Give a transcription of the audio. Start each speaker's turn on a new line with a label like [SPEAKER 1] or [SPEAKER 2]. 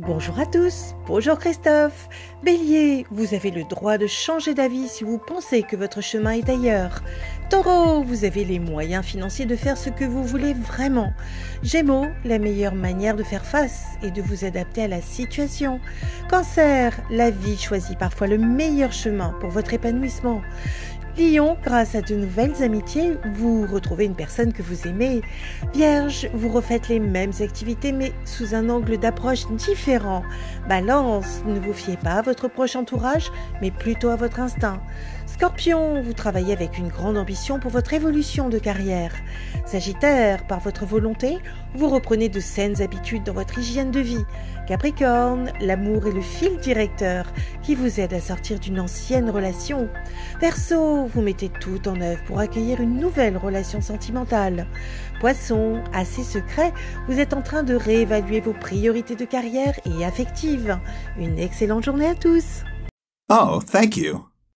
[SPEAKER 1] Bonjour à tous, bonjour Christophe. Bélier, vous avez le droit de changer d'avis si vous pensez que votre chemin est ailleurs. Taureau, vous avez les moyens financiers de faire ce que vous voulez vraiment. Gémeaux, la meilleure manière de faire face est de vous adapter à la situation. Cancer, la vie choisit parfois le meilleur chemin pour votre épanouissement. Lion, grâce à de nouvelles amitiés, vous retrouvez une personne que vous aimez. Vierge, vous refaites les mêmes activités mais sous un angle d'approche différent. Balance, ne vous fiez pas à votre proche entourage mais plutôt à votre instinct. Scorpion, vous travaillez avec une grande ambition pour votre évolution de carrière. Sagittaire, par votre volonté, vous reprenez de saines habitudes dans votre hygiène de vie. Capricorne, l'amour est le fil directeur qui vous aide à sortir d'une ancienne relation. Verseau, vous mettez tout en œuvre pour accueillir une nouvelle relation sentimentale. Poisson, assez secret, vous êtes en train de réévaluer vos priorités de carrière et affectives. Une excellente journée à tous.
[SPEAKER 2] Oh, thank you.